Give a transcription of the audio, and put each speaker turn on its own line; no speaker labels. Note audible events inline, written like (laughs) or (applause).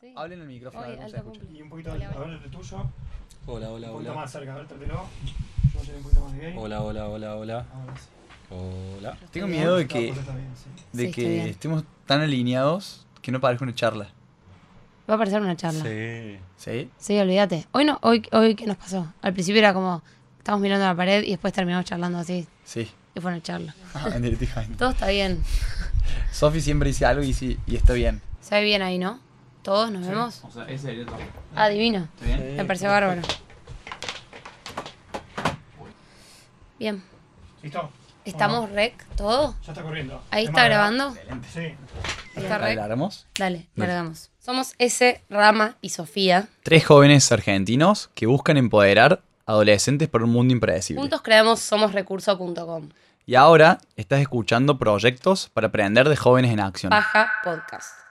Sí.
Hablen al micrófono, a
Oye,
ver cómo se
alto
escucha.
cumple.
Y un poquito,
Hola,
a
hola.
ver, el tuyo.
Hola, hola,
un poquito
hola.
más cerca, a ver, trátelo. Yo soy un poquito más de gay.
Hola, hola, hola, hola.
Ahora sí.
Hola.
Tengo
Está
miedo de
Está,
que,
pues, está bien, sí.
de
Sí, está
que
bien.
estemos tan alineados que no parezca una charla.
Va a parecer una charla. Sí,
Sí.
¿Sí?
olvídate. Hoy no, hoy, hoy qué nos pasó. Al principio era como, estamos mirando la pared y después terminamos charlando así. (laughs)
Sí.
Y fue una charla.
Ah, directamente.
Todo está bien.
Sofi siempre dice algo y, sí, y está bien.
Se ve bien ahí, ¿no? Todos nos vemos.
O sea, ese es el otro. ¿Está
Ah, divino.
bien?
Me pareció bárbaro. Bien.
¿Listo?
¿Estamos rec todo?
Ya está corriendo.
Ahí
Es
está
más,
grabando.
Sí.
Está
¿La
rec.
largamos?
Dale, largamos. Somos S, Rama y Sofía.
Tres jóvenes argentinos que buscan empoderar adolescentes por un mundo impredecible.
Juntos creamos somosrecurso.com.
Y ahora estás escuchando proyectos para aprender de jóvenes en acción.
Paja Podcast.